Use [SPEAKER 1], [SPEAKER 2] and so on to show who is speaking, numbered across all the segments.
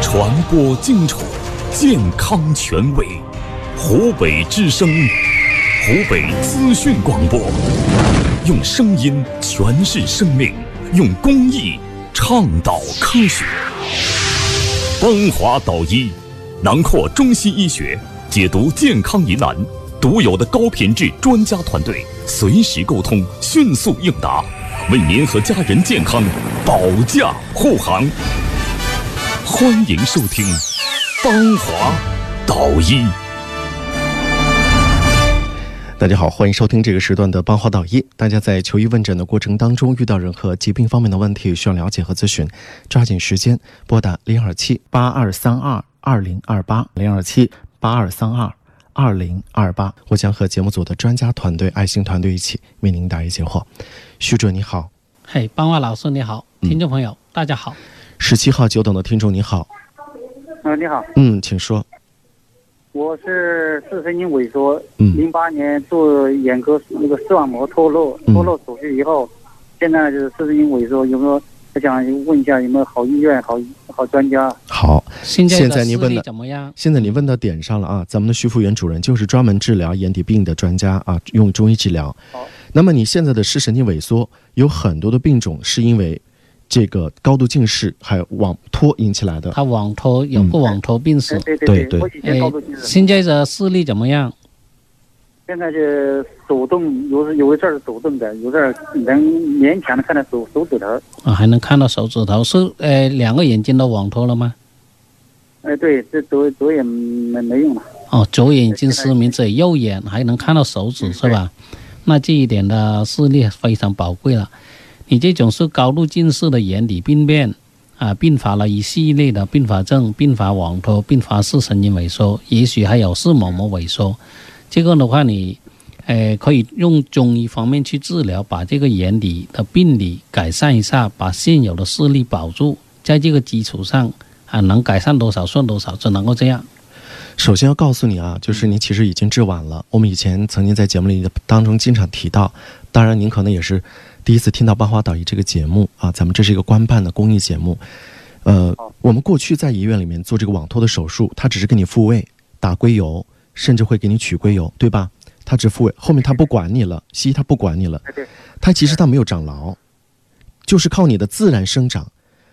[SPEAKER 1] 传播荆楚，健康权威，湖北之声，湖北资讯广播，用声音诠释生命，用公益倡导科学。邦华导医，囊括中西医学，解读健康疑难，独有的高品质专家团队，随时沟通，迅速应答，为您和家人健康保驾护航。欢迎收听《邦华导医》。
[SPEAKER 2] 大家好，欢迎收听这个时段的邦华导医。大家在求医问诊的过程当中，遇到任何疾病方面的问题需要了解和咨询，抓紧时间拨打零二七八二三二二零二八零二七八二三二二零二八，我将和节目组的专家团队、爱心团队一起为您答疑解惑。徐主任你好，
[SPEAKER 3] 嘿，邦华老师你好，
[SPEAKER 2] 嗯
[SPEAKER 3] 听众朋友、大家好，
[SPEAKER 2] 十七号久等的听众你好，
[SPEAKER 4] 嗯，你好，
[SPEAKER 2] 嗯，请说，
[SPEAKER 4] 我是自身经萎缩，
[SPEAKER 2] 嗯
[SPEAKER 4] 零八年做眼科那个视网膜脱落
[SPEAKER 2] 嗯
[SPEAKER 4] 脱落手术以后，现在就是自身经萎缩，有没有？我想问一下有没有好医院、好好专家？
[SPEAKER 2] 好。
[SPEAKER 3] 现在
[SPEAKER 2] 现在
[SPEAKER 3] 的
[SPEAKER 2] 您
[SPEAKER 3] 视
[SPEAKER 2] 问
[SPEAKER 3] 力
[SPEAKER 2] 的
[SPEAKER 3] 怎么样？
[SPEAKER 2] 现在你问到点上了啊，咱们的徐福元主任就是专门治疗眼底病的专家啊，用中医治疗
[SPEAKER 4] 好。
[SPEAKER 2] 那么你现在的视神经萎缩，有很多的病种是因为这个高度近视还有网脱引起来的。
[SPEAKER 3] 他网投有
[SPEAKER 2] 嗯
[SPEAKER 3] 个网投病史
[SPEAKER 4] 哎，对
[SPEAKER 2] 对
[SPEAKER 4] 对
[SPEAKER 2] 对
[SPEAKER 4] 我以前高度近视，
[SPEAKER 3] 哎现在的视力怎么样？
[SPEAKER 4] 现在是手动，有时有一阵儿手动的，有阵儿能勉强的看到手手指头儿。
[SPEAKER 3] 啊，还能看到手指头，是呃两个眼睛都网投了吗？
[SPEAKER 4] 哎，对，这左左眼没没用了。
[SPEAKER 3] 哦，左眼睛失明，只有右眼还能看到手指，是吧？那这一点的视力非常宝贵了。你这种是高度近视的眼底病变啊，并发了一系列的并发症，并发网脱，并发视神经萎缩，也许还有视网膜萎缩。这个的话你，呃，可以用中医方面去治疗，把这个眼底的病理改善一下，把现有的视力保住，在这个基础上啊，能改善多少算多少，只能够这样。
[SPEAKER 2] 首先要告诉你啊，就是您其实已经治晚了。我们以前曾经在节目里的当中经常提到，当然您可能也是第一次听到《班花导医》这个节目啊，咱们这是一个官办的公益节目。呃，我们过去在医院里面做这个网脱的手术，它只是给你复位、打硅油，甚至会给你取硅油，对吧？它只复位，后面它不管你了，西医它不管你了，
[SPEAKER 4] 哎，对，
[SPEAKER 2] 它其实它没有长牢，就是靠你的自然生长。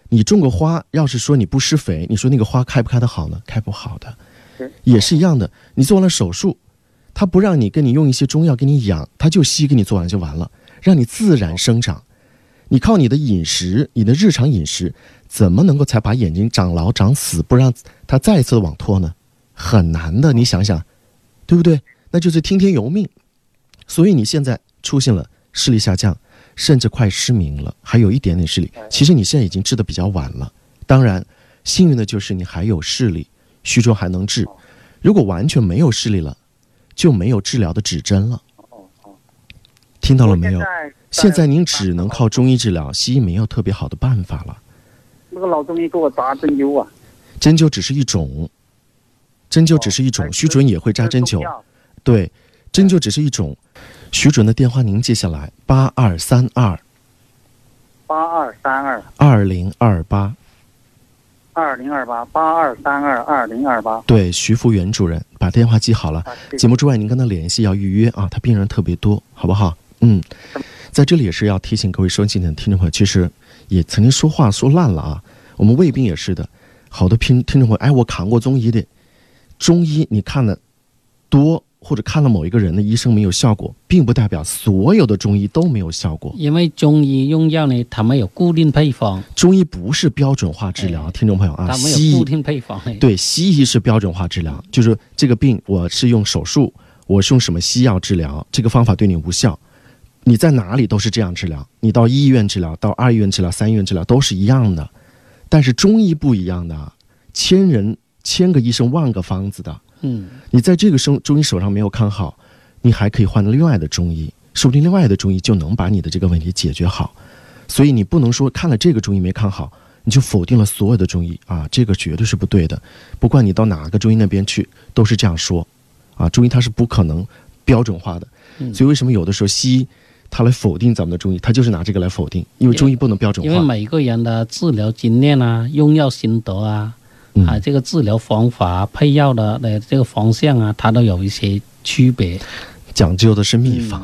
[SPEAKER 2] 你种个花，要是说你不施肥，你说那个花开不开得好呢？开不好的
[SPEAKER 4] 是，
[SPEAKER 2] 也是一样的。你做完了手术，它不让你跟你用一些中药给你养，它就西医给你做完就完了，让你自然生长。你靠你的饮食，你的日常饮食，怎么能够才把眼睛长牢、长死，不让它再一次的往脱呢？很难的，你想想，对不对？那就是听天由命。所以你现在出现了视力下降，甚至快失明了，还有一点点视力。其实你现在已经治得比较晚了。当然，幸运的就是你还有视力，虚中还能治。如果完全没有视力了，就没有治疗的指针了。
[SPEAKER 4] 哦哦，
[SPEAKER 2] 听到了
[SPEAKER 4] 我
[SPEAKER 2] 没
[SPEAKER 4] 现
[SPEAKER 2] 有？
[SPEAKER 4] 在
[SPEAKER 2] 现在您只能靠中医治疗，西医没有特别好的办法了。
[SPEAKER 4] 那个老中医给我扎针灸啊，
[SPEAKER 2] 针灸只是一种，针灸只是一
[SPEAKER 4] 哦
[SPEAKER 2] 种，
[SPEAKER 4] 还
[SPEAKER 2] 徐准也会扎针
[SPEAKER 4] 中
[SPEAKER 2] 灸。
[SPEAKER 4] 药
[SPEAKER 2] 对，针灸只是一种。徐准的电话您记下来，八二三二
[SPEAKER 4] 八二三二。
[SPEAKER 2] 二零二八。
[SPEAKER 4] 二零二八八二三二二零二八。
[SPEAKER 2] 对，徐福元主任把电话记好了。
[SPEAKER 4] 啊，这
[SPEAKER 2] 节目之外，您跟他联系要预约啊，他病人特别多，好不好？嗯，在这里也是要提醒各位收音机前的听众朋友，其实也曾经说话说烂了啊。我们胃病也是的，好多听听众朋友，哎，我看过中医的，中医你看了多或者看了某一个人的医生没有效果，并不代表所有的中医都没有效果。
[SPEAKER 3] 因为中医用药呢，它没有固定配方，
[SPEAKER 2] 中医不是标准化治疗，
[SPEAKER 3] 哎
[SPEAKER 2] 听众朋友啊，
[SPEAKER 3] 它没
[SPEAKER 2] 西
[SPEAKER 3] 有
[SPEAKER 2] 医
[SPEAKER 3] 固定配方的。，
[SPEAKER 2] 对，西医是标准化治疗，就是这个病我是用手术，我是用什么西药治疗，这个方法对你无效。你在哪里都是这样治疗，你到一医院治疗，到二医院治疗，三医院治疗都是一样的。但是中医不一样的啊，千人千个医生万个方子的，
[SPEAKER 3] 嗯，
[SPEAKER 2] 你在这个中中医手上没有看好，你还可以换另外的中医，说不定另外的中医就能把你的这个问题解决好。所以你不能说看了这个中医没看好，你就否定了所有的中医啊，这个绝对是不对的。不管你到哪个中医那边去，都是这样说，啊，中医它是不可能标准化的。所以为什么有的时候西医它来否定咱们的中医，它就是拿这个来否定，因为中医不能标准
[SPEAKER 3] 因为
[SPEAKER 2] 化。
[SPEAKER 3] 每个人的治疗经验啊、用药心得啊，啊，这个治疗方法、配药的呃这个方向啊，它都有一些区别。
[SPEAKER 2] 讲究的是秘方。